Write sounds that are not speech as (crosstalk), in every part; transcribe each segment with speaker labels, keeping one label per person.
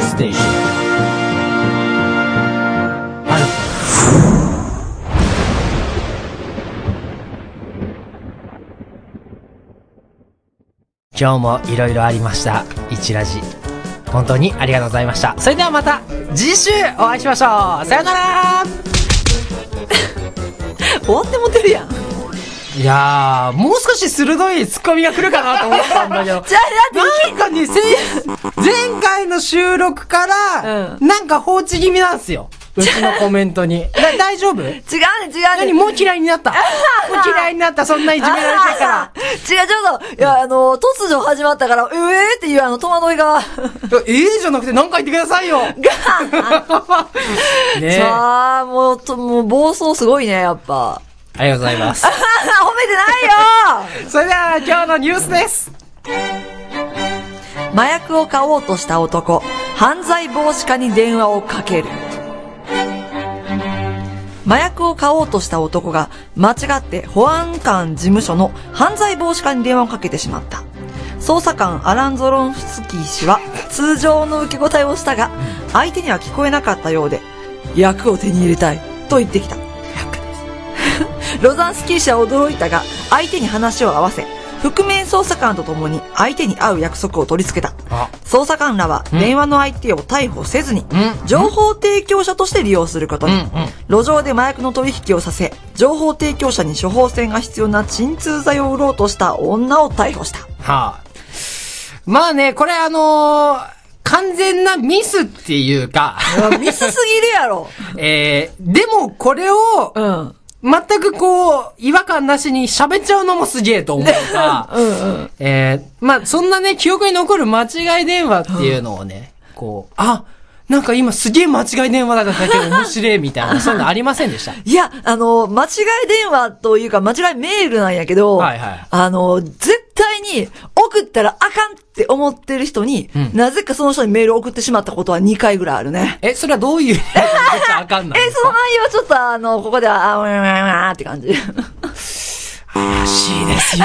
Speaker 1: ステーション今日もいろいろありました一ラジ本当にありがとうございましたそれではまた次週お会いしましょうさよなら
Speaker 2: (laughs) 終わってもてるやん。じゃ
Speaker 1: いやー、もう少し鋭いツッコミが来るかなと思ったんだけど。
Speaker 2: あ、だって、
Speaker 1: なんかね、せん前回の収録から、
Speaker 2: うん
Speaker 1: なんか放置気味なんですよ。うちのコメントに。 (laughs) だ大丈夫
Speaker 2: 違うね、違うね。
Speaker 1: 何もう嫌いにな (laughs) った。もう嫌いになった、そんないじめられた (laughs) から。
Speaker 2: (laughs) 違う、ちょっと、いや、あの、突如始まったから、ええーっていう、あの、戸惑いが。
Speaker 1: ええじゃなくて何か言ってくだ (laughs) さいよ。ね
Speaker 2: じ
Speaker 1: (laughs) え。あ
Speaker 2: ゃ (laughs) あ、もう、と、もう、暴走すごいね、やっぱ。 (laughs)
Speaker 1: りがとうございます。
Speaker 2: 褒めてない
Speaker 1: (laughs) それでは今日のニュースです。
Speaker 2: よ麻薬を買おうとした男、犯罪防止課に電話をかける。麻薬を買おうとした男が、間違って保安官事務所の犯罪防止課に電話をかけてしまった。捜査官アラン・ゾロンスキー氏は、通常の受け答えをしたが、相手には聞こえなかったようで、役を手に入れたい、と言ってきた。ロザンスキー氏は驚いたが、相手に話を合わせ、覆面捜査官と共に相手に会う約束を取り付けた。
Speaker 1: あ、
Speaker 2: 捜査官らは電話の相手を逮捕せずに
Speaker 1: う、ん
Speaker 2: 情報提供者として利用することに
Speaker 1: うんうん、
Speaker 2: 路上で麻薬の取引をさせ、情報提供者に処方箋が必要な鎮痛剤を売ろうとした女を逮
Speaker 1: (laughs)
Speaker 2: 捕した。
Speaker 1: はあ。まあね、これあのー完全なミスっていう (laughs) か、
Speaker 2: ミスすぎるやろ。
Speaker 1: えー、でもこれを、
Speaker 2: うん。、
Speaker 1: 全くこう、違和感なしに喋っちゃうのもすげえと思 (laughs) うか
Speaker 2: うんうん。
Speaker 1: えー、まあ、そんなね、記憶に残る間違い電話っていうのをね、こう、あ、なんか今すげえ間違い電話だったけど面白いみ (laughs) たいな、そんなのありませんでした。
Speaker 2: いや、あの、間違い電話というか、間違いメールなんやけど、
Speaker 1: はいはい
Speaker 2: あの、絶対に送ったらあかんって思ってる人に、
Speaker 1: ん
Speaker 2: なぜかその人にメールを送ってしまったことは2回ぐらいあるね。
Speaker 1: え、それはどういう、ち (laughs) ょっとあかんない (laughs)
Speaker 2: え、その内容はちょっとあの、ここでは、あ、うーん、って感じ。
Speaker 1: らしいです (laughs) よ。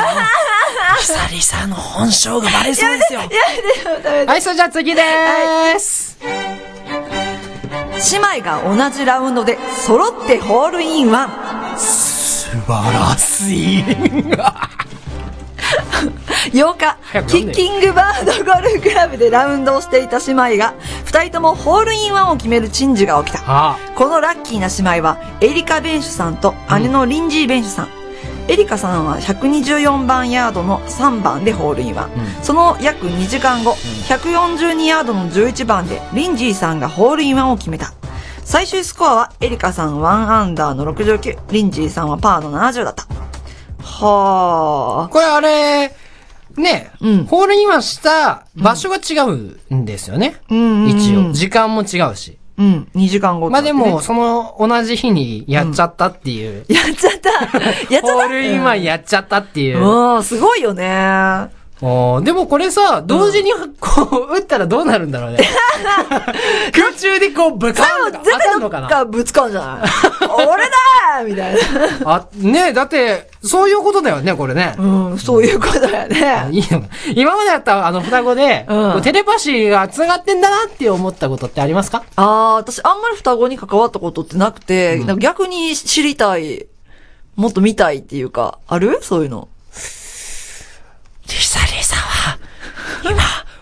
Speaker 1: リサリサの本性がバレそうですよ。はい、それじゃあ次でーす。
Speaker 2: 姉妹が同じラウンドで揃ってホールインワン。
Speaker 1: 素晴らしい。
Speaker 2: 8日
Speaker 1: 早、く
Speaker 2: キ
Speaker 1: 飲んで
Speaker 2: ッキングバードゴルフクラブでラウンドをしていた姉妹が、2人ともホールインワンを決める珍事が起きた。
Speaker 1: あ
Speaker 2: このラッキーな姉妹は、エリカ・ベンシュさんと姉のリンジー・ベンシュさん。エリカさんは124番ヤードの3番でホールインワン。
Speaker 1: う
Speaker 2: その約2時間後、142ヤードの11番でリンジーさんがホールインワンを決めた。最終スコアはエリカさん1アンダーの69、リンジーさんはパーの70だった。はあ。
Speaker 1: これあれ、ね、
Speaker 2: うん
Speaker 1: ホールインワンした場所が違うんですよね。
Speaker 2: うんうん
Speaker 1: 一応。時間も違うし。
Speaker 2: うん、2時間後っ
Speaker 1: ま
Speaker 2: てな
Speaker 1: あ
Speaker 2: って
Speaker 1: で
Speaker 2: ね。
Speaker 1: も、その同じ日にやっちゃったっていう。
Speaker 2: (laughs) やっちゃった。やっちゃった。
Speaker 1: ホールインワンやっちゃったっていう。
Speaker 2: うん、すごいよね。
Speaker 1: おーでもこれさ、同時にこう、打ったらどうなるんだ
Speaker 2: (laughs)
Speaker 1: ろうね。空中でこう、ブカンとか当
Speaker 2: 絶
Speaker 1: た
Speaker 2: 対
Speaker 1: る
Speaker 2: ど
Speaker 1: の
Speaker 2: っ
Speaker 1: かな
Speaker 2: かぶつかんじゃない俺だーみたい
Speaker 1: (laughs) あ、ねえ、だって、そういうことだよね、これね。
Speaker 2: な。うん、そういうことだよね。
Speaker 1: いいよ。今までだったらあの双子で、
Speaker 2: うん
Speaker 1: こうテレパシーが繋がってんだなって思ったことってありますか
Speaker 2: ああ、私あんまり双子に関わったことってなくて、なんか逆に知りたい、もっと見たいっていうか、あるそういうの。
Speaker 1: リサリサは、今、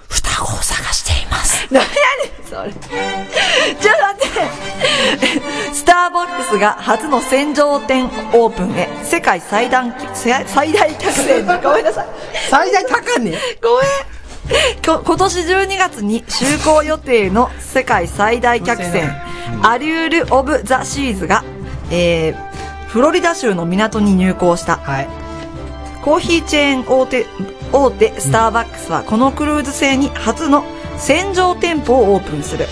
Speaker 1: 双子を探してい
Speaker 2: (laughs)
Speaker 1: ます。
Speaker 2: なんやねん、それ。ちょっと待って。スターバックスが初の洗浄店オープンへ、世界最大、最大客船。ごめんなさい。
Speaker 1: 最大高ね。
Speaker 2: ごめん。きょ今年12月に就航予定の世界最大客船、アリュール・オブ・ザ・シーズが、えー、フロリダ州の港に入港した。
Speaker 1: はい。
Speaker 2: コーヒーチェーン大手、大手スターバックスはこのクルーズ船に初の船上店舗をオープンする。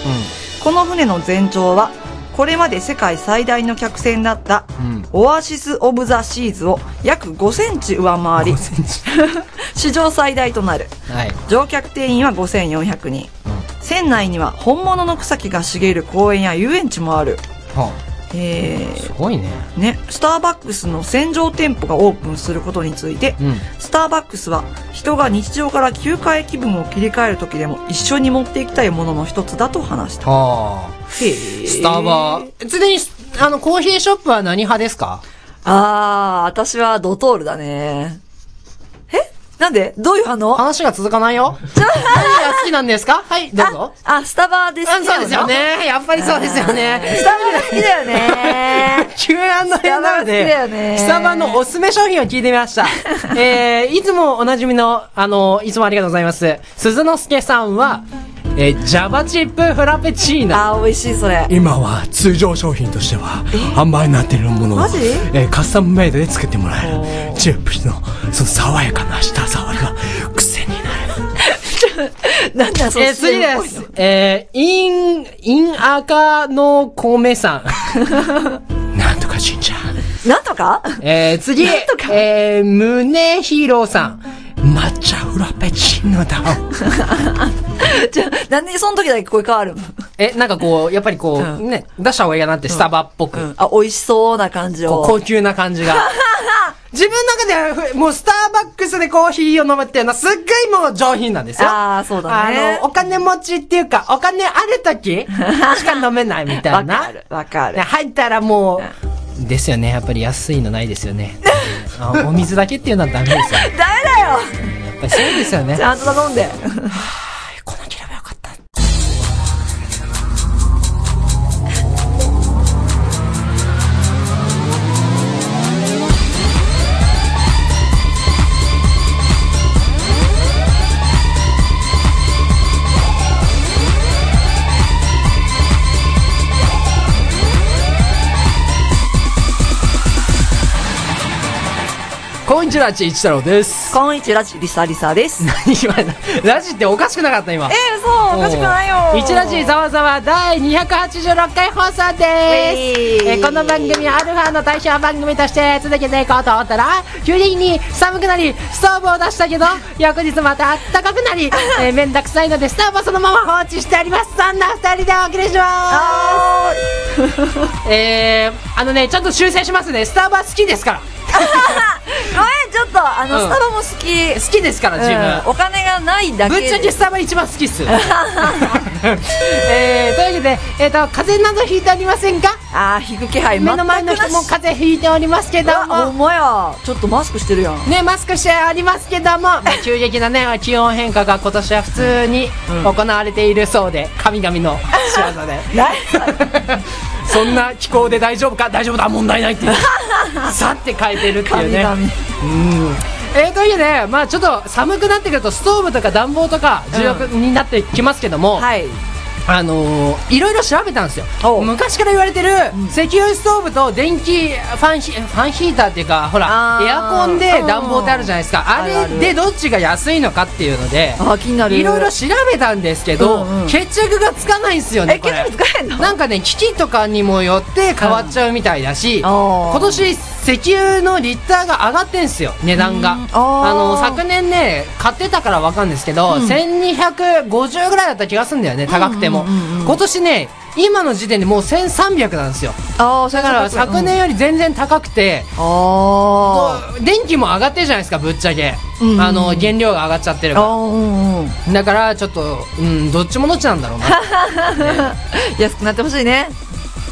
Speaker 2: この船の全長は、これまで世界最大の客船だった、
Speaker 1: ん
Speaker 2: オアシス・オブ・ザ・シーズを約5センチ上回り
Speaker 1: 5、センチ。
Speaker 2: 史上最大となる。
Speaker 1: はい。
Speaker 2: 乗客定員は5400人、船内には本物の草木が茂る公園や遊園地もある
Speaker 1: は
Speaker 2: え
Speaker 1: すごいね。
Speaker 2: ーね、スターバックスの洗浄店舗がオープンすることについて、
Speaker 1: うん。
Speaker 2: スターバックスは人が日常から休暇へ気分を切り替える時でも一緒に持っていきたいものの一つだと話した。
Speaker 1: ああ。
Speaker 2: ス
Speaker 1: スタバ。ついでに、あの、コーヒーショップは何派ですか
Speaker 2: あー、私はドトールだね。えなんでどういう反応あ
Speaker 1: 話が続かないよ。何が好きなんですかはい、どうぞ。
Speaker 2: あ、スタバです
Speaker 1: うんそうですよ。ね。やっぱりそうですよね。
Speaker 2: スタバが好きだよ
Speaker 1: (laughs)
Speaker 2: ね。
Speaker 1: Q&A なの
Speaker 2: スタバ好きだよ
Speaker 1: で、
Speaker 2: ね
Speaker 1: スタバのおすすめ商品を聞いてみま
Speaker 2: (laughs)
Speaker 1: した。えー、いつもおなじみの、あの、いつもありがとうございます。鈴之助さんは、えー、ジャバチップフラペチーナ。
Speaker 2: あー、美味しいそれ。
Speaker 3: 今は通常商品としては販売になっているものを
Speaker 2: マジ
Speaker 3: えーカスタムメイドで作ってもらえるチップスのその爽やかな舌触りが癖にな
Speaker 2: なんだその
Speaker 1: えー、次です。えー、イン、インアカの米さん。
Speaker 3: る (laughs) なんとかしんちゃん
Speaker 2: す。なんとか (laughs)
Speaker 1: えー、次、えー、胸ヒーローさん。
Speaker 3: 抹茶フラペチーノだ
Speaker 2: じゃあ、なんでその時だけ声変わるの
Speaker 1: え、なんかこう、やっぱりこう、
Speaker 2: うん
Speaker 1: ね、出した方がいいかなって、スタバっぽく。
Speaker 2: あ、美味しそうな感じ
Speaker 1: こう
Speaker 2: を。
Speaker 1: 高級な感じ
Speaker 2: (laughs)
Speaker 1: が。自分の中では、もうスターバックスでコーヒーを飲むっていうのはすっごいもう上品なんですよ。
Speaker 2: あーそうだね
Speaker 1: あの、お金持ちっていうか、お金ある
Speaker 2: (laughs)
Speaker 1: 時しか飲めないみた
Speaker 2: わ
Speaker 1: いな
Speaker 2: か。る、わか
Speaker 1: で
Speaker 2: る。
Speaker 1: 入ったらもう、ですよね。やっぱり安いのないですよ
Speaker 2: (laughs)
Speaker 1: ね。あお水だけっていうのはダメですよ。やっ
Speaker 2: ダメだよ
Speaker 1: ぱりそうですよね
Speaker 2: ち。ゃんと頼んで。
Speaker 1: この切ればよかった。こんにちは、ちいち太郎です。
Speaker 2: こんにちは、ラジリサリサです。え
Speaker 1: (laughs) 今、ラジっておかしくなかった今。
Speaker 2: ー、嘘おかしくないよ
Speaker 1: 一ラジざわざわ第286回放送で
Speaker 2: イエー
Speaker 1: す
Speaker 2: イ
Speaker 1: えーこの番組はアルファの対象番組として続けていこうと思ったら急激に寒くなりストーブを出したけど翌日また暖かくな (laughs) りえーめんどくさいのでストーブをそのまま放置してありますそんな二人でお送りしま
Speaker 2: あ
Speaker 1: すえー、あのねちゃんと修正しますねスターバー好きですから
Speaker 2: ーごめん、ちょっと、あの、
Speaker 1: うん
Speaker 2: スタバも好き。
Speaker 1: 好きですから自分、
Speaker 2: うんお金がないだけ
Speaker 1: ぶ
Speaker 2: で。
Speaker 1: っちゃけスタバ一番好きっす。 (laughs) えー、というわけで、えっ、と、風邪などひいておりませんか
Speaker 2: あー、引く気配全
Speaker 1: 目
Speaker 2: く
Speaker 1: の前の人も風邪ひいておりますけど
Speaker 2: うわ、ほ
Speaker 1: も
Speaker 2: ん。まや。ちょっとマスクしてるやん。
Speaker 1: ね、マスクしてありますけども、 (laughs) まあ急激なね、気温変化が今年は普通に行われているそうで、神々の仕業で。
Speaker 2: ない
Speaker 1: (laughs) そんな気候で大丈夫か大丈夫だ問題 (laughs) ないっていう。さって変えてるっていう
Speaker 2: (laughs) 神
Speaker 1: ね
Speaker 2: 々。。
Speaker 1: えー、というわけで、まあちょっと寒くなってくると、ストーブとか暖房とか重要になってきますけども、
Speaker 2: はい。
Speaker 1: あのーいろいろ調べたんです
Speaker 2: お
Speaker 1: よ
Speaker 2: う
Speaker 1: 昔から言われてる石油ストーブと電気ファンヒファンヒーターっていうかほ
Speaker 2: あ
Speaker 1: ら
Speaker 2: ー
Speaker 1: エアコンで暖房ってあるじゃないですかあ
Speaker 2: あるあ
Speaker 1: れ
Speaker 2: る
Speaker 1: でどっちが安いのかっていうので
Speaker 2: あー、気になる。
Speaker 1: いろいろ調べたんですけど、
Speaker 2: うんうん
Speaker 1: 決着がつかないんですよね
Speaker 2: え
Speaker 1: これ
Speaker 2: 決着つかへんの
Speaker 1: なんかね機器とかにもよって変わっちゃうみたいだし、
Speaker 2: あー
Speaker 1: 今年石油のリッターが上がってんすよ値段が
Speaker 2: んあー
Speaker 1: あの昨年ね買ってたからわかるんですけど、1250ぐらいだった気がするんだよね高くても、今年ね今の時点でもう1300なんですよ
Speaker 2: あー、それ
Speaker 1: だから昨。年より全然高くて、
Speaker 2: うんあー。
Speaker 1: こう電気も上がってるじゃないですかぶっちゃけ、
Speaker 2: うん
Speaker 1: あの原料が上がっちゃってる
Speaker 2: あ
Speaker 1: から
Speaker 2: ー、うんうん。
Speaker 1: だからちょっと、うん、どっちもどっちなんだろうな
Speaker 2: 安くなってほしいね。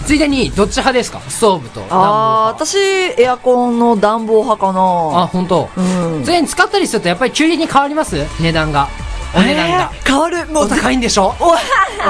Speaker 1: ついでにどっち派ですかストーブと暖房
Speaker 2: あ
Speaker 1: 派
Speaker 2: ー、私、エアコンの暖房派か
Speaker 1: あ
Speaker 2: な。
Speaker 1: 本当。
Speaker 2: うん。
Speaker 1: ついでに使ったりするとやっぱり急激に変わります値段がお値段が
Speaker 2: え、ー変わる。も
Speaker 1: お
Speaker 2: (laughs) う、
Speaker 1: 高いんでしょ
Speaker 2: お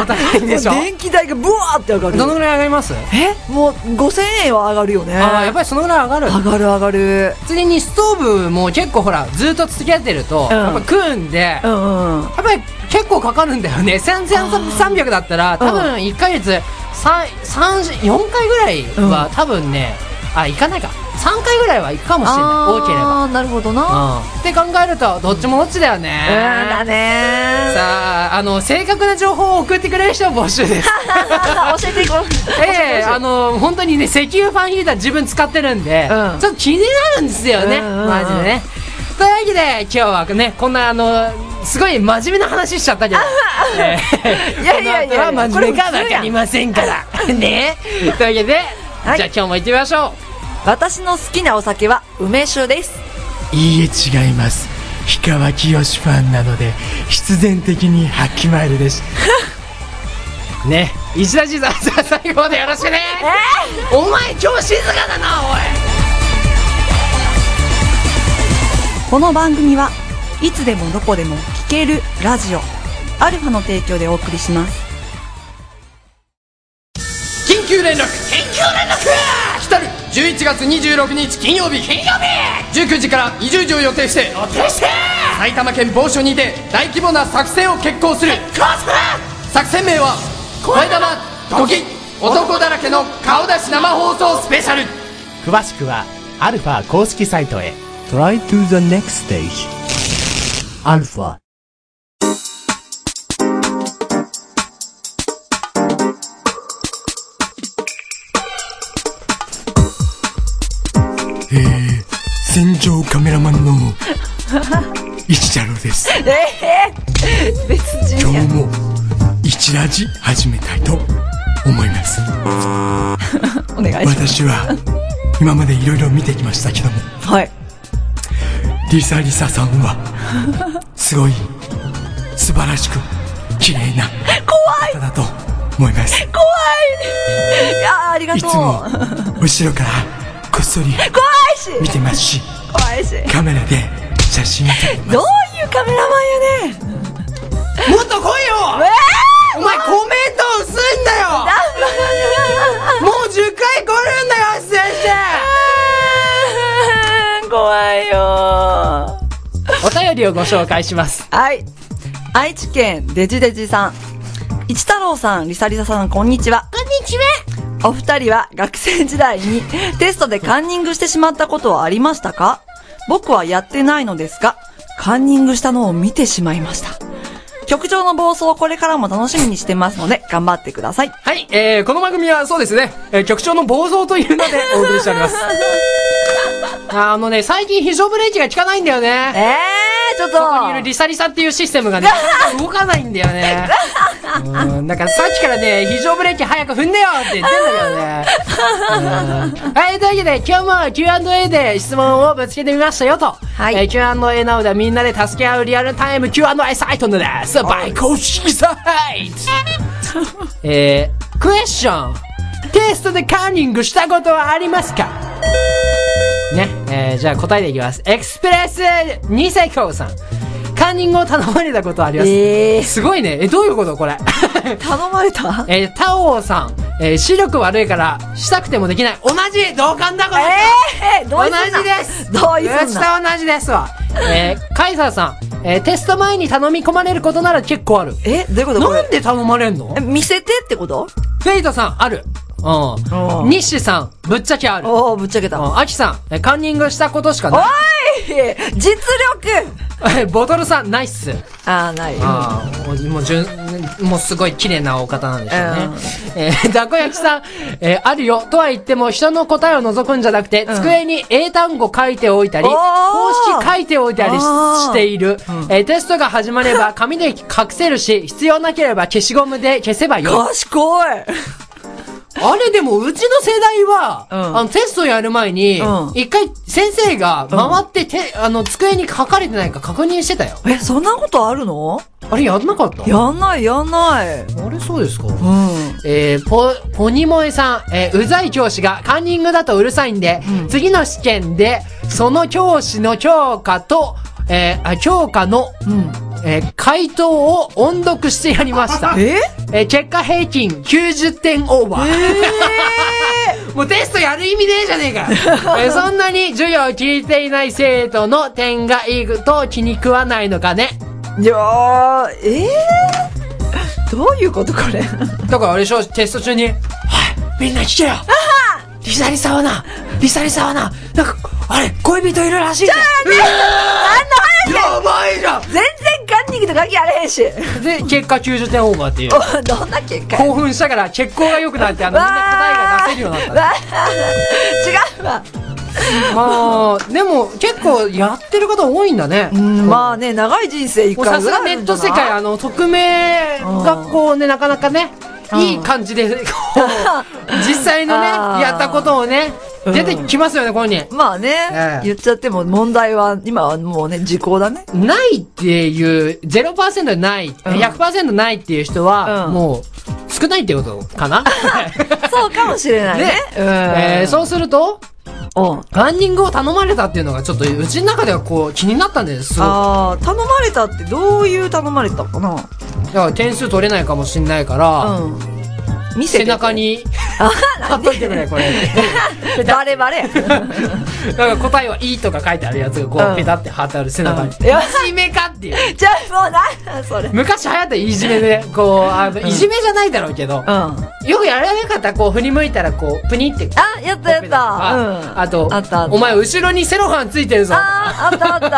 Speaker 1: お高いんでしょ
Speaker 2: もう電気代がブワーって上がる
Speaker 1: どのぐらい上がります
Speaker 2: えもう5000円は上がるよね
Speaker 1: ああやっぱりそのぐらい上がる
Speaker 2: 上がる上がる
Speaker 1: ついでにストーブも結構ほらずっと付き合ってると、
Speaker 2: うん
Speaker 1: やっぱ食うんで、やっ
Speaker 2: うんうん
Speaker 1: ぱり結構かかるんだよね1300だったら多分1ヶ月三三4回ぐらいは多分ね、あ行かないか3回ぐらいは行くかもしれない多ければ
Speaker 2: あーなるほどな
Speaker 1: って考えるとどっちもどっちだよね
Speaker 2: うん、だね
Speaker 1: さああの正確な情報を送ってくれる人を募集です
Speaker 2: ー (laughs) 教えていこう (laughs)
Speaker 4: (laughs)
Speaker 1: ええあの本当にね石油ファンヒーター自分使ってるんで、
Speaker 2: うん
Speaker 1: ちょっと気になるんですよね、
Speaker 2: うんうんうん
Speaker 1: マジでねというわけで今日はねこんなあのすごい真面目な話しちゃったけど、ええ
Speaker 2: いやいやいや
Speaker 1: この後は真面目かわかりませんからねというわけで
Speaker 2: はい
Speaker 1: じゃあ今日も行ってみましょう
Speaker 2: 私の好きなお酒は梅酒です
Speaker 3: いいえ違います氷川きよしファンなので必然的にハッキマイルです
Speaker 1: (laughs) ね石田じいさんじゃあ最後までよろしくね、お前今日静かだなおい
Speaker 4: この番組はいつでもどこでも聴けるラジオアルファの提供でお送りします
Speaker 1: 緊急連絡緊急連絡来たる11月26日金曜日金曜日19時から20時を予定して予定して埼玉県某所にて大規模な作戦を決行する作戦名は「声玉ドキ男だらけの顔出し生放送スペシャル」
Speaker 5: 詳しくはアルファ公式サイトへ
Speaker 3: Try to the next stage アルファえー、戦場カメラマンの一太郎です
Speaker 2: 別人
Speaker 3: 今日も一ラジ始めたいと思います
Speaker 2: お願いします
Speaker 3: 私は今までいろいろ見てきましたけども
Speaker 2: はい
Speaker 3: リサリサさんはすごい素晴らしく綺麗な方だと思います
Speaker 2: いやーありが
Speaker 3: い
Speaker 2: とう
Speaker 3: つも後ろからこっそり
Speaker 2: 怖いし
Speaker 3: 見てますし
Speaker 2: 怖いし
Speaker 3: カメラで写真を撮ります
Speaker 2: どういうカメラマンやねん
Speaker 1: もっと来いよお前コメント薄いんだよもう10回来るんだよあいつ先
Speaker 2: うーん怖いよー
Speaker 1: 生お便りをご紹介します
Speaker 2: はい愛知県デジデジさん一太郎さんリサリサさんこんにちはこんにちはお二人は学生時代にテストでカンニングしてしまったことはありましたか僕はやってないのですがカンニングしたのを見てしまいました局長の暴走をこれからも楽しみにしてますので頑張ってください
Speaker 1: はい、えー、この番組はそうですね、えー、局長の暴走という
Speaker 2: (laughs)
Speaker 1: のでお送りしております。あのね、最近非常ブレーキが効かないんだよ
Speaker 2: え
Speaker 1: ね。
Speaker 2: えー、ちょっと
Speaker 1: ここにいるリサリサっていうシステムが
Speaker 2: (laughs)
Speaker 1: ね、動かないんだよね。うん、なんかさっきからね、非常ブレーキ早く踏んでよって言ってんだけどね。うんはい、というわけで今日も Q&A で質問をぶつけてみましたよと。
Speaker 2: はい
Speaker 1: えー Q&A なのでみんなで助け合うリアルタイム Q&A サイトのです。バイ公式サイトえー、クエスチョンテストでカーニングしたことはありますかね、えー、じゃあ答えていきます。エクスプレス二世公さん。カーニングを頼まれたことはあります。
Speaker 2: えー
Speaker 1: すごいね。え、どういうことこれ。 (laughs)
Speaker 2: 頼まれた
Speaker 1: えー、タオさん。えー、視力悪いから、したくてもできない。同じ同感だこれ、
Speaker 2: ええー、同
Speaker 1: 同
Speaker 2: 意すんな
Speaker 1: じです
Speaker 2: 同意すんな
Speaker 1: 下は同じですわ。えー、カイサーさん。えー、テスト前に頼み込まれることなら結構ある。
Speaker 2: えどういうことこ
Speaker 1: な
Speaker 2: れ
Speaker 1: んで頼まれんの
Speaker 2: え見せてってこと
Speaker 1: フェイトさん、ある。う
Speaker 2: お
Speaker 1: ん。
Speaker 2: う
Speaker 1: 日誌さん、ぶっちゃけある。う
Speaker 2: おおぶっちゃけた。お
Speaker 1: ん。アキさん、えカンニングしたことしかない
Speaker 2: 実
Speaker 1: い。
Speaker 2: 力。
Speaker 1: (laughs) ボトルさん、ナイス。
Speaker 2: ああ、ない。
Speaker 1: ああ、もう、もう、じゅん、もうすごい綺麗なお方なんでしょうね。えー、ダコ焼きさん、えーあるよ、とは言っても、人の答えを覗くんじゃなくて、机に英単語書いておいたり、
Speaker 2: おー
Speaker 1: 公式書いておいたりし
Speaker 2: あー
Speaker 1: している。えーテストが始まれば、紙で隠せるし、必要なければ消しゴムで消せばよい。
Speaker 2: 賢い。
Speaker 1: あれでも、うちの世代は、
Speaker 2: うん
Speaker 1: あの、テストやる前に
Speaker 2: うん、
Speaker 1: 一、回、先生が回って、て、あの、机に書かれてないか確認してたよ。
Speaker 2: え、そんなことあるの
Speaker 1: あれ、やんなかった
Speaker 2: やんない、やんない。
Speaker 1: あれ、そうですか
Speaker 2: うん。
Speaker 1: えー、ポ、ポニモエさん、えーうざい教師がカンニングだとうるさいんで、次の試験で、その教師の教科と、えーあ教科の、えー回答を音読してやりました。
Speaker 2: (laughs) え
Speaker 1: えー結果平均90点オーバー。 (laughs) もうテストやる意味ねえじゃね
Speaker 2: (laughs)
Speaker 1: えかえーそんなに授業を聞いていない生徒の点がいいと気に食わないのかね。
Speaker 2: いやー、えー、どういうことこれ。
Speaker 1: だからあれでしょ、テスト中に、はい、みんな聞けよリサリサはな、リサリサはな、なんか、あれ、恋人いるらしいじゃ
Speaker 2: 何の話
Speaker 1: やばいじゃ
Speaker 2: 全然ガンニングとガキあれへんし。
Speaker 1: んで、結果90点オーバーっていう。
Speaker 2: おどんな結果や
Speaker 1: 興奮したから、血行が良くなって、あの、みんな答えが出せるようになった。
Speaker 2: わー違うわ。
Speaker 1: まあ、でも、結構やってる方多いんだね。
Speaker 2: うん、まあね、長い人生一
Speaker 1: もうさ
Speaker 2: 回
Speaker 1: す
Speaker 2: ぐら
Speaker 1: が
Speaker 2: い
Speaker 1: ネ
Speaker 2: ある
Speaker 1: ッ
Speaker 2: んじゃ
Speaker 1: ト
Speaker 2: ない
Speaker 1: 世界、あの、匿名学校ね、なかなかね、いい感じで、こ (laughs) う実際のね
Speaker 2: あー、
Speaker 1: やったことをね、出てきますよね、ここに。
Speaker 2: まあね、
Speaker 1: ええ
Speaker 2: 言っちゃっても問題は、今はもうね、時効だね。
Speaker 1: ないっていう、0%ない、100%ないっていう人は、
Speaker 2: うん
Speaker 1: もう、少ないってことか (laughs) な、
Speaker 2: そうかもしれないね。
Speaker 1: ね
Speaker 2: うん。
Speaker 1: えーそうすると、
Speaker 2: うん。
Speaker 1: ランニングを頼まれたっていうのがちょっとうちの中ではこう気になったんです。そう
Speaker 2: ああ、頼まれたってどういう頼まれたのかな
Speaker 1: だから点数取れないかもしんないから、
Speaker 2: うん。見せて。
Speaker 1: 背中。に、貼っといてくれ、これ。
Speaker 2: (laughs) バレバ
Speaker 1: (laughs)
Speaker 2: レ。
Speaker 1: だから答えは E とか書いてあるやつがこ
Speaker 2: うん
Speaker 1: うペタって貼ってある背中に。
Speaker 2: うんいや
Speaker 1: いじめかっていう。
Speaker 2: じゃあもうなん (laughs) だそれ。うん。
Speaker 1: 昔流行ったいじめで、こう、あの、いじめじゃないだろうけど、
Speaker 2: あ、
Speaker 1: よくやらなかったらこう振り向いたらこう、プニって。
Speaker 2: やったやった。うん。
Speaker 1: ああと
Speaker 2: あったあった
Speaker 1: お前後ろにセロハンついてるぞ。
Speaker 2: あー、あったあっ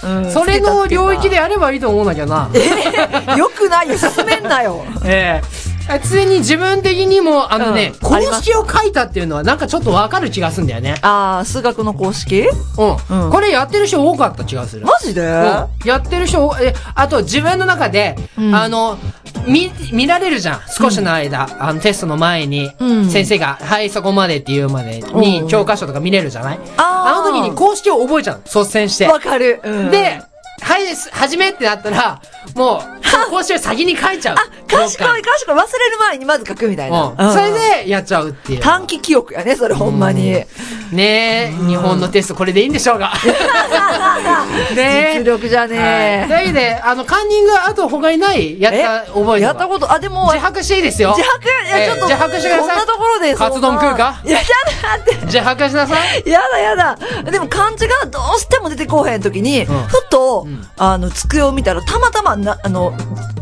Speaker 2: た。うん
Speaker 1: それの領域で。やればいいと思うんだけどな。
Speaker 2: つけたつけたえよくないよ。 (laughs) 進めんなよ。
Speaker 1: ええあ常に自分的にも、あのね、
Speaker 2: うんあり
Speaker 1: 公
Speaker 2: ます
Speaker 1: 式を書いたっていうのはなんかちょっとわかる気がするんだよね。
Speaker 2: ああ、数学の公式
Speaker 1: うん。
Speaker 2: うん
Speaker 1: これやってる人多かった気がする。
Speaker 2: マジで
Speaker 1: うんやってる人多、え、あと自分の中で、
Speaker 2: ん
Speaker 1: あの、見、見られるじゃん。少しの間、あのテストの前に、
Speaker 2: うん
Speaker 1: 先生が、はい、そこまでっていうまで
Speaker 2: うん
Speaker 1: に、教科書とか見れるじゃない
Speaker 2: あ
Speaker 1: あ
Speaker 2: ー
Speaker 1: の時に公式を覚えちゃうの。率先して。
Speaker 2: わかる。うん
Speaker 1: で、はいです、始めってなったら、もう、その公式を先に書いちゃう。
Speaker 2: 賢い賢い忘れる前にまず書くみたいな。
Speaker 1: うん。それで、やっちゃうっていう。
Speaker 2: 短期記憶やね、それほんまに。
Speaker 1: ねえ、日本のテストこれでいいんでしょうかねえ。
Speaker 2: (laughs) 実力じゃ
Speaker 1: はいと
Speaker 2: ね
Speaker 1: いうわけで、あの、カンニング、あと他にないやった覚え
Speaker 2: え。やったこと、あ、でも、
Speaker 1: 自白していいですよ。
Speaker 2: 自白いや、
Speaker 1: ええ
Speaker 2: ちょっと、
Speaker 1: 自白してください。
Speaker 2: こんなところで、
Speaker 1: カツ丼
Speaker 2: そん
Speaker 1: 食う
Speaker 2: な
Speaker 1: か
Speaker 2: いや、やだって。
Speaker 1: 自白しなさい。
Speaker 2: やだやだ。でも漢字がどうしても出てこうへん時に、ふと、あの、机を見たら、たまたまな、あの、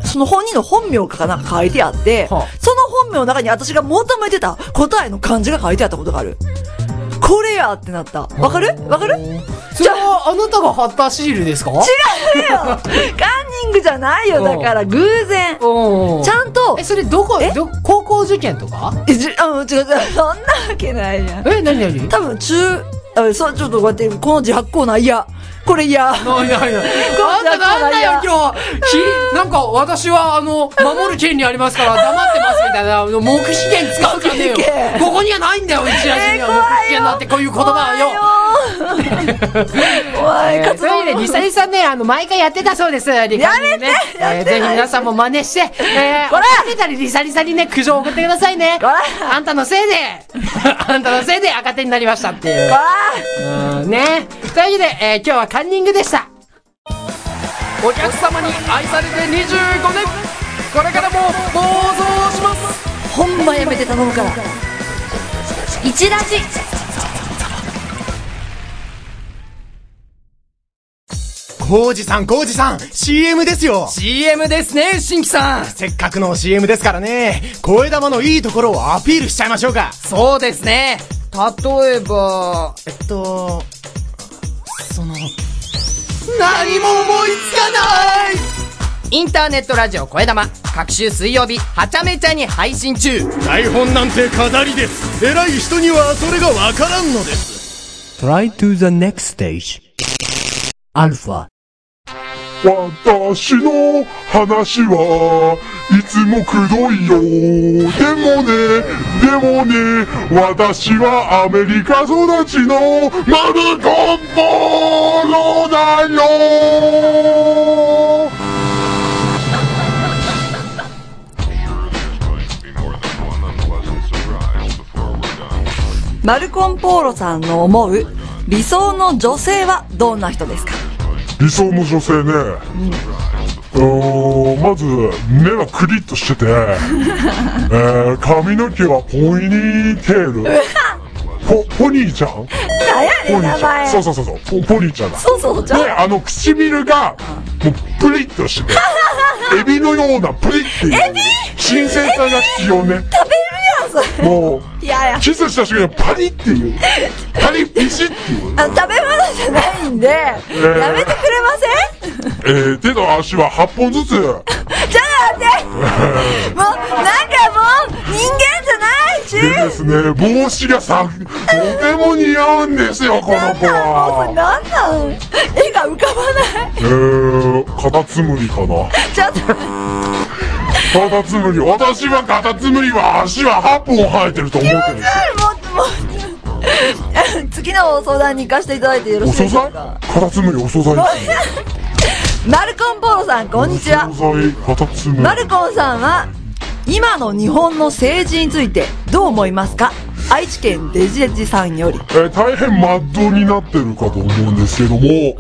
Speaker 2: その本人の本名かなんか書いてあって、
Speaker 1: は
Speaker 2: その本名の中に私が求めてた答えの漢字が書いてあったことがある。これやってなった。わかるわかる違うよ
Speaker 1: それは、あなたが貼ったシールですか
Speaker 2: カンニングじゃないよ。だから、偶然。
Speaker 1: うん。
Speaker 2: ちゃんと
Speaker 1: え、、それどこ
Speaker 2: え、
Speaker 1: ど、高校受験とか
Speaker 2: え、じ、あ、違う違う、そんなわけないやん。
Speaker 1: え、なになに
Speaker 2: 多分、中、あ、そう、ちょっとこうやって、この字発行ないや。これ嫌。
Speaker 1: いやいや。あんたなんだよ、今日。ひ、なんか、私は、あの、守る権利ありますから、黙ってますみたいな、あの黙秘権使うからねえよ
Speaker 2: 黙秘権。
Speaker 1: ここにはないんだよ、一覧には。黙秘権だって、こういう言葉はよ。
Speaker 2: (laughs) 怖い、
Speaker 1: え
Speaker 2: カ
Speaker 1: ー
Speaker 2: ツ
Speaker 1: そういう意味で、リサリさんね、あの、毎回やってたそうです。やめて
Speaker 2: やってない
Speaker 1: ぜひ皆さんも真似して、えー、
Speaker 2: (laughs) こら
Speaker 1: 怒ってたりリサリさんにね、苦情を送ってくださいね。
Speaker 2: こら
Speaker 1: あんたのせいで、
Speaker 2: (laughs)
Speaker 1: あんたのせいで赤手になりましたっていう。うん、ね。というわけで、えー今日はカンニングでした。お客様に愛されて25年これからも暴走します
Speaker 2: ほんまやめて頼むから。
Speaker 6: 一ラジ
Speaker 5: コウジさん、コウジさん、CM ですよ
Speaker 1: !CM ですね、新規さん
Speaker 5: せっかくの CM ですからね、声玉のいいところをアピールしちゃいましょうか
Speaker 1: そうですね例えば、
Speaker 5: えっと、その、何も思いつかない
Speaker 7: インターネットラジオ声玉各週水曜日はちゃめちゃに配信中
Speaker 8: 台本なんて飾りです偉い人にはそれがわからんのです
Speaker 3: Try to the next stage. アルファ。
Speaker 9: 私の話はいつもくどいよ。でもね、でもね、私はアメリカ育ちのマルコンボロだよ
Speaker 2: マルコンポーロさんの思う、理想の女性はどんな人ですか
Speaker 9: 理想の女性ね。うーんまず、目がクリッとしてて、えー髪の毛はポニーテール。ポ、ポニーちゃんポニーちゃん。そうそうそうそう。ポポニーちゃんだ。
Speaker 2: そうそう、じゃ
Speaker 9: で、あの、唇が、もう、プリッとしてて、エビのようなプリッていう。新鮮さが必要ね。食べるやん、それ。もう、
Speaker 2: いやいや、
Speaker 9: キスした瞬間にパリッていう。パリッピシッっていう。
Speaker 2: あ食べ物じゃないんで、やめてくれません
Speaker 9: えー、手と足は8本ずつ。
Speaker 2: じゃあ待ってもう、なんかもう、人間じゃないし
Speaker 9: でですね、帽子がさ、とても似合うんですよ、この子
Speaker 2: もうそれ
Speaker 9: は。
Speaker 2: なんなん絵が浮かばない
Speaker 9: えー、カタツムリかな。
Speaker 2: ちょっと。
Speaker 9: カタツムリ私はカタツムリは足は8本生えてると思ってるんです
Speaker 2: 次の相談に行かせていただいてよろ
Speaker 9: お
Speaker 2: しいで
Speaker 9: 惣
Speaker 2: しょ
Speaker 9: 菜
Speaker 2: うか
Speaker 9: カタツムリお惣菜です
Speaker 2: マルコンポロさんこんにちは
Speaker 9: お惣菜カタツムリ
Speaker 2: マルコンさんは今の日本の政治についてどう思いますか愛知県デジデジさんより
Speaker 9: えー大変マッドになってるかと思うんですけど
Speaker 2: (laughs)
Speaker 9: も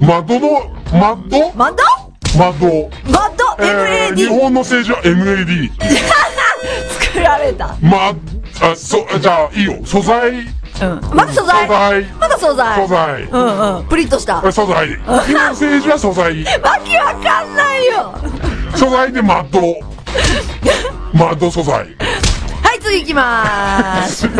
Speaker 9: マッドのマッド
Speaker 2: マッド
Speaker 9: マッド
Speaker 2: マッド
Speaker 9: えー日
Speaker 2: MAD
Speaker 9: 本の政治は MAD
Speaker 2: 作られた
Speaker 9: まあそじゃあいいよ素材
Speaker 2: うんまだ素材
Speaker 9: 素材
Speaker 2: まだ素材
Speaker 9: 素材
Speaker 2: うんうんプリッとした
Speaker 9: え素材日本の政治は素
Speaker 2: (laughs)
Speaker 9: 材
Speaker 2: わけわかんないよは
Speaker 9: 素材でマッ
Speaker 2: (laughs)
Speaker 9: ドマッド素材
Speaker 2: い次行きまーす来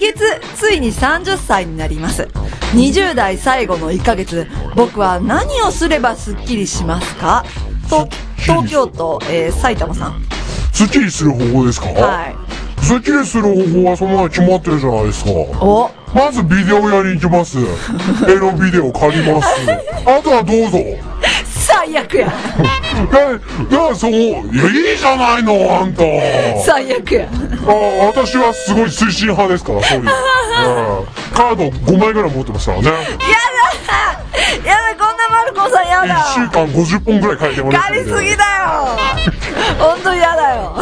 Speaker 2: 月ついに30歳になります20代最後の1ヶ月僕は何をすればスッキリしますか東東京都、えー、埼玉さん
Speaker 9: スッキリする方法ですか、
Speaker 2: はい
Speaker 9: スッキリする方法はそのまま決まってるじゃないですか
Speaker 2: お
Speaker 9: まずビデオ屋に行きます。エロビデオ借ります。あとはどうぞ。
Speaker 2: 最悪や
Speaker 9: え、じゃあそう、いや、いいじゃないの、あんた。
Speaker 2: 最悪や
Speaker 9: あ私はすごい推進派ですから、そういう。うんカード5枚ぐらい持ってますからね。
Speaker 2: やだこんなマルコさんや
Speaker 9: 1週
Speaker 2: だ
Speaker 9: 間50本ぐらい借りてもらって
Speaker 2: 借りすぎだよ本当やだよ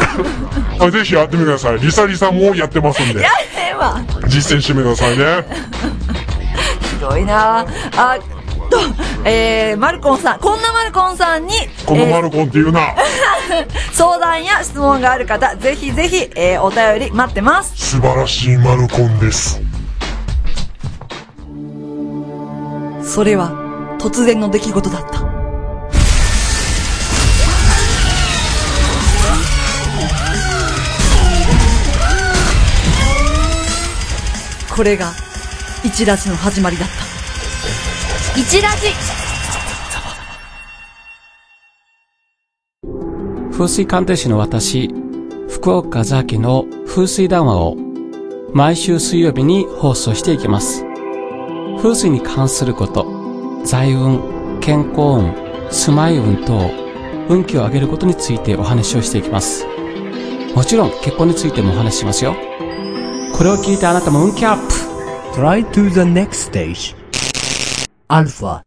Speaker 9: あぜひやってみてください。リサリサもやってますんで
Speaker 2: や。めえわ
Speaker 9: 実践してみてくださいね。
Speaker 2: ひどいなああとえー、マルコンさんこんなマルコンさんに
Speaker 9: この
Speaker 2: えー
Speaker 9: マルコンっていうな。
Speaker 2: 相談や質問がある方ぜひぜひ、えーお便り待ってます
Speaker 9: 素晴らしいマルコンです。
Speaker 2: それは突然の出来事だったこれが一ラジの始まりだった
Speaker 6: 一ラジ
Speaker 10: 風水鑑定士の私、福岡ザキの風水談話を毎週水曜日に放送していきます。風水に関すること、財運、健康運、住まい運等、運気を上げることについてお話をしていきます。もちろん結婚についてもお話ししますよ。これを聞いてあなたも運気アップ
Speaker 5: Try to the next stage. Alpha.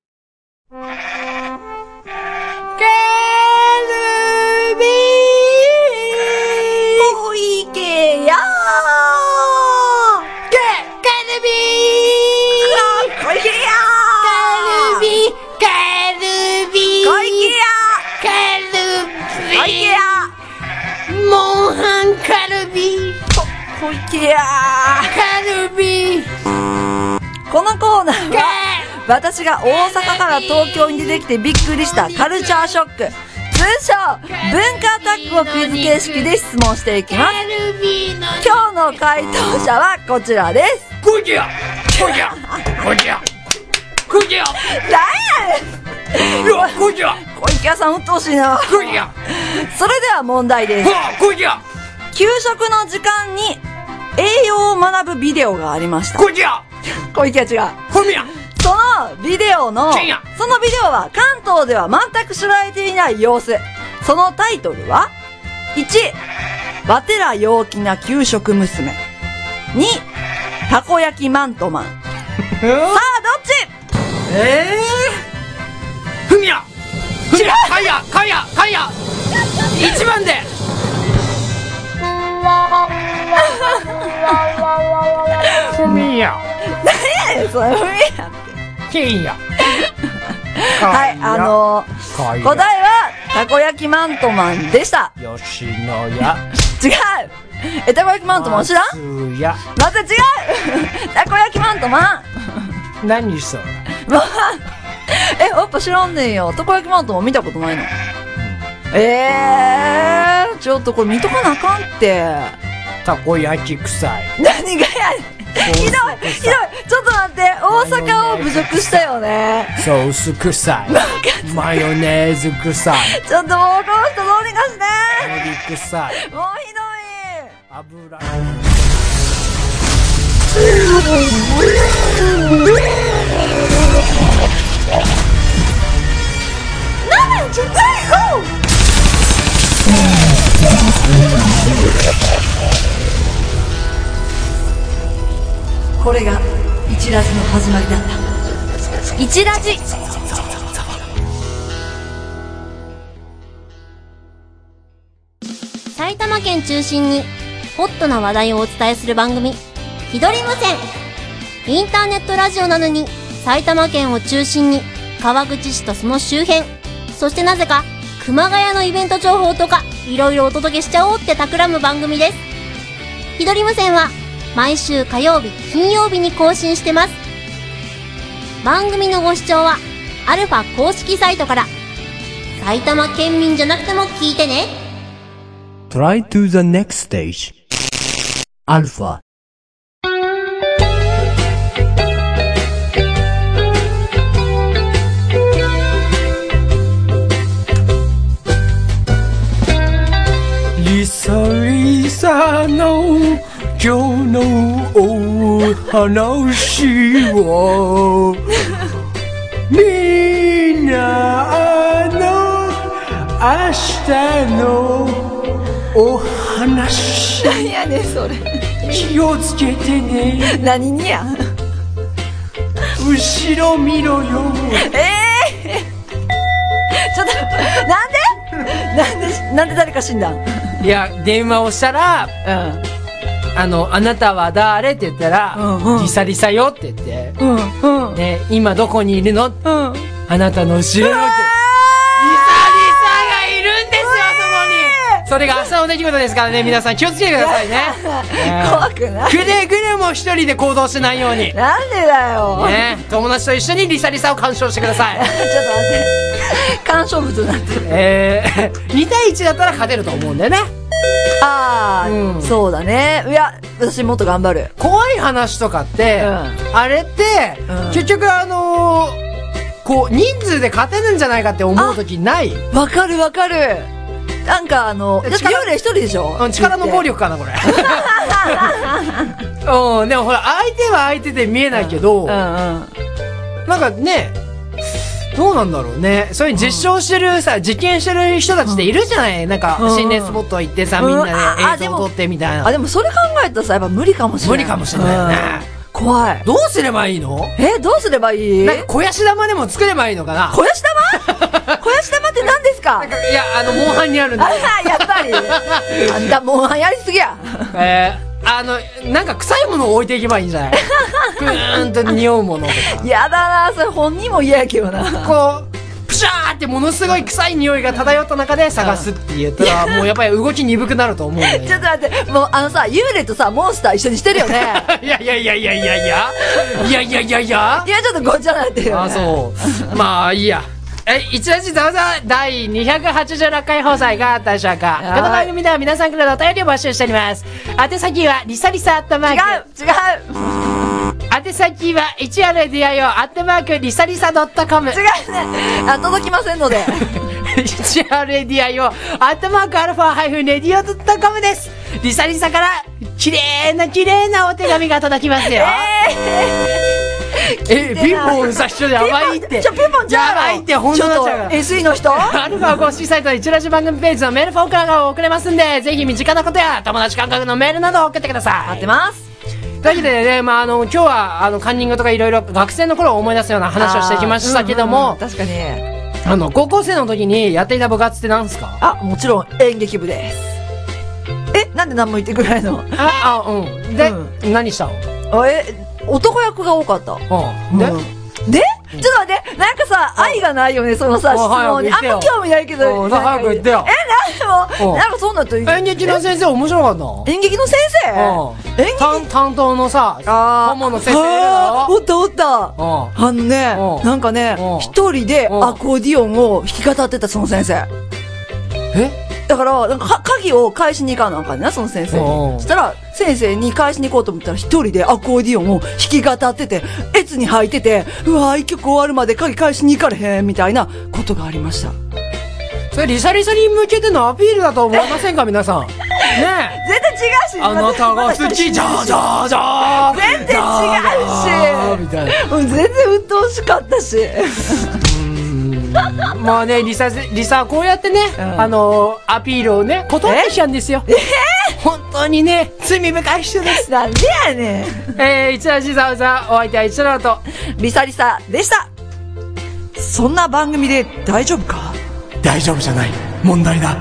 Speaker 2: おいけやーけカルビーかっこいけやーカルビーカルビーこいけやカルビーこいけやモンハンカルビーこいけやカルビーこのコーナーは私が大阪から東京に出てきてびっくりしたカルチャーショック通称文化アタックをクイズ形式で質問していきます今日の回答者はこちらです小池屋さん鬱陶しいなそれでは問題です給食の時間に栄養を学ぶビデオがありました小池屋違うそのビデオの、そのビデオは関東では全く知られていない様子。そのタイトルは ?1、わてら陽気な給食娘。2、たこ焼きマントマン。さあ、どっち
Speaker 7: ふみやふみやかやかやかや一番で
Speaker 5: ふみや、
Speaker 2: ええそれ、ふみや。
Speaker 5: けんや。
Speaker 2: はい、あのー、
Speaker 5: か
Speaker 2: 答えは、たこ焼きマントマンでした。
Speaker 5: や、吉野や、
Speaker 2: 違うえ、たこ焼きマントマン知らん
Speaker 5: つや、
Speaker 2: まず違う (laughs) たこ焼きマントマン
Speaker 5: 何それ。
Speaker 2: え、やっぱ知らんねんよ。たこ焼きマントも見たことないの。えー、ちょっとこれ見とかなあかんって。
Speaker 5: たこ焼き臭い。
Speaker 2: 何がやねん。ひどい、ひどい。ちょっと待って、大阪を侮辱したよね。
Speaker 5: ソース臭い。マヨネーズ臭い。
Speaker 2: ちょっともうこの人どうにかし
Speaker 5: オ
Speaker 2: て。
Speaker 5: リ臭い。
Speaker 2: もうひどい。
Speaker 5: 油。
Speaker 2: あ
Speaker 11: これが一ラジの始まりだった
Speaker 6: 一ラジ埼玉県中心にホットな話題をお伝えする番組「ひどり無線」インターネットラジオなのに埼玉県を中心に川口市とその周辺そしてなぜか熊谷のイベント情報とかいろいろお届けしちゃおうって企む番組ですひどり無線は毎週火曜日金曜日に更新してます番組のご視聴はアルファ公式サイトから埼玉県民じゃなくても聞いてね
Speaker 12: Try to the next stage. Alpha.
Speaker 3: いさいさの今日のお話をみんなあの明日のお話
Speaker 2: 何やねんそれ
Speaker 3: 気をつけてね
Speaker 2: 何にや
Speaker 3: 後ろ見ろよ
Speaker 2: ええー、 (laughs) ちょっとなんで (laughs) なんでなんで誰か死んだん
Speaker 1: いや電話をしたら「うん、あのあなたは誰?」って言ったら「うんうん、リサリサよ」って言って「うんうんね、今どこにいるのうん、あなたの後ろよ」って。それが明日の出来事ですからね、皆さん気をつけてくださ (laughs) いね。
Speaker 2: 怖くない。
Speaker 1: くれぐれも一人で行動しないように。
Speaker 2: なんでだよ。
Speaker 1: ね、友達と一緒にリサリサを鑑賞してください。
Speaker 2: ちょっと待って。鑑賞物になってる。
Speaker 1: えー、2対1だったら (laughs) 勝てると思うんだよね。
Speaker 2: ああ、うん、そうだね。いや、私もっと頑張る。
Speaker 1: 怖い話とかって、うん、あれって、うん、結局あのー、こう、人数で勝てるんじゃないかって思う時ない
Speaker 2: わかるわかる。なんかあの、幽霊一人でしょ
Speaker 1: 力の暴力かな、これ。 (laughs) うん、でもほら、相手は相手で見えないけど、うんうん、なんかね、どうなんだろうね。そういう実証してるさ、実験してる人たちっているじゃない、なんか、心霊スポット行ってさ、みんなで映像を撮ってみたいな。
Speaker 2: あ、でもそれ考えたらさ、やっぱ無理かもしれない。
Speaker 1: 無理かもしれないよね。
Speaker 2: 怖い。
Speaker 1: どうすればいいの
Speaker 2: え、どうすればいい
Speaker 1: なんか、肥やし玉でも作ればいいのかな
Speaker 2: 肥やし玉 (laughs) 肥やし玉って何ですか
Speaker 1: いや、あの、モンハンにあるんだ。
Speaker 2: やっぱり。
Speaker 1: (laughs)
Speaker 2: あんた、モンハンやりすぎや。
Speaker 1: えー、あの、なんか臭いものを置いていけばいいん (laughs) じゃないぐーんと匂うものとか。
Speaker 2: やだな、それ本人も嫌やけどな。
Speaker 1: こう、プシャーってものすごい臭い匂いが漂った中で探すって言ったら、もうやっぱり動き鈍くなると思う、ね、
Speaker 2: ちょっと待って、もうあのさ、幽霊とさ、モンスター一緒にしてるよね。
Speaker 1: (laughs) (laughs) いやいやいやいやいやいや。いやいやいやいや。
Speaker 2: いや、ちょっとごちゃなってるよ、ね、
Speaker 1: あ、そう。まあ、いいや。え、一ラジざわざわ第286回放送いかがだったでしょうかこの番組では皆さんからのお便りを募集しております。宛先は、リサリサアットマー
Speaker 2: ク。違
Speaker 1: う違う宛先は、1RDIO アットマーク、リサリサ .com。
Speaker 2: 違うね。あ、届きませ
Speaker 1: (laughs)
Speaker 2: んので。
Speaker 1: 1RDIO アットマークアルファハイフンレディオ .com です。リサリサから、綺麗な綺麗なお手紙が届きますよ。えーえ、ピンポンさ、人やばいって。
Speaker 2: ちょ、ピンポンじゃ
Speaker 1: やばいって、ほんとなっちゃうから。
Speaker 2: SE の人
Speaker 1: アルファ公式サイト、一ラジ番組ページのメールフォームから送れますんで、ぜひ身近なことや、友達感覚のメールなど送ってください。
Speaker 2: 待ってます。
Speaker 1: というわけでね、まあ、あの、今日は、あの、カンニングとかいろいろ学生の頃を思い出すような話をしてきましたけども、うんうん、
Speaker 2: 確かに。
Speaker 1: あの、高校生の時にやっていた部活って何すか
Speaker 2: あ、もちろん演劇部です。え、なんで何も言ってくれないの
Speaker 1: あ、あ、うん。で、うん、何した
Speaker 2: のえ、男役が多かった。で、ちょっと待って、なんかさ、愛がないよね、そのさ、質問に。あんま興味ないけど。
Speaker 1: 早く言ってよ。
Speaker 2: え、なんでも、なんかそんなと
Speaker 1: 演劇の先生面白かった
Speaker 2: 演劇の先生演
Speaker 1: 劇担当のさ、顧問の先生
Speaker 2: おったおった。あのね、なんかね、一人でアコーディオンを弾き語ってた、その先生。
Speaker 1: え
Speaker 2: だから、なんか、鍵を返しに行かなあかんねな、その先生に。そしたら、先生に返しに行こうと思ったら、一人でアコーディオンを弾き語ってて、エツに履いてて、うわ一曲終わるまで鍵返しに行かれへん、みたいなことがありました。
Speaker 1: それ、リサリサに向けてのアピールだと思いま (laughs) せんか、皆さん。ね
Speaker 2: え。絶対違うし、
Speaker 1: あなたが好き、じゃじゃじゃ
Speaker 2: 全然違うし。みたいな。全然鬱陶しかったし。
Speaker 1: もうね、リサ、リサはこうやってね、あのー、アピールをね、断ってきたんですよ。え本当にね、罪深い人です。なんでやねん。えー、一橋さんさん、お相手は一郎と、
Speaker 2: リサリサでした。そんな番組で大丈夫か
Speaker 3: 大丈夫じゃない問題だ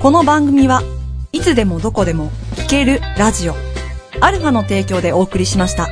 Speaker 2: この番組はいつでもどこでも聞けるラジオアルファの提供でお送りしました。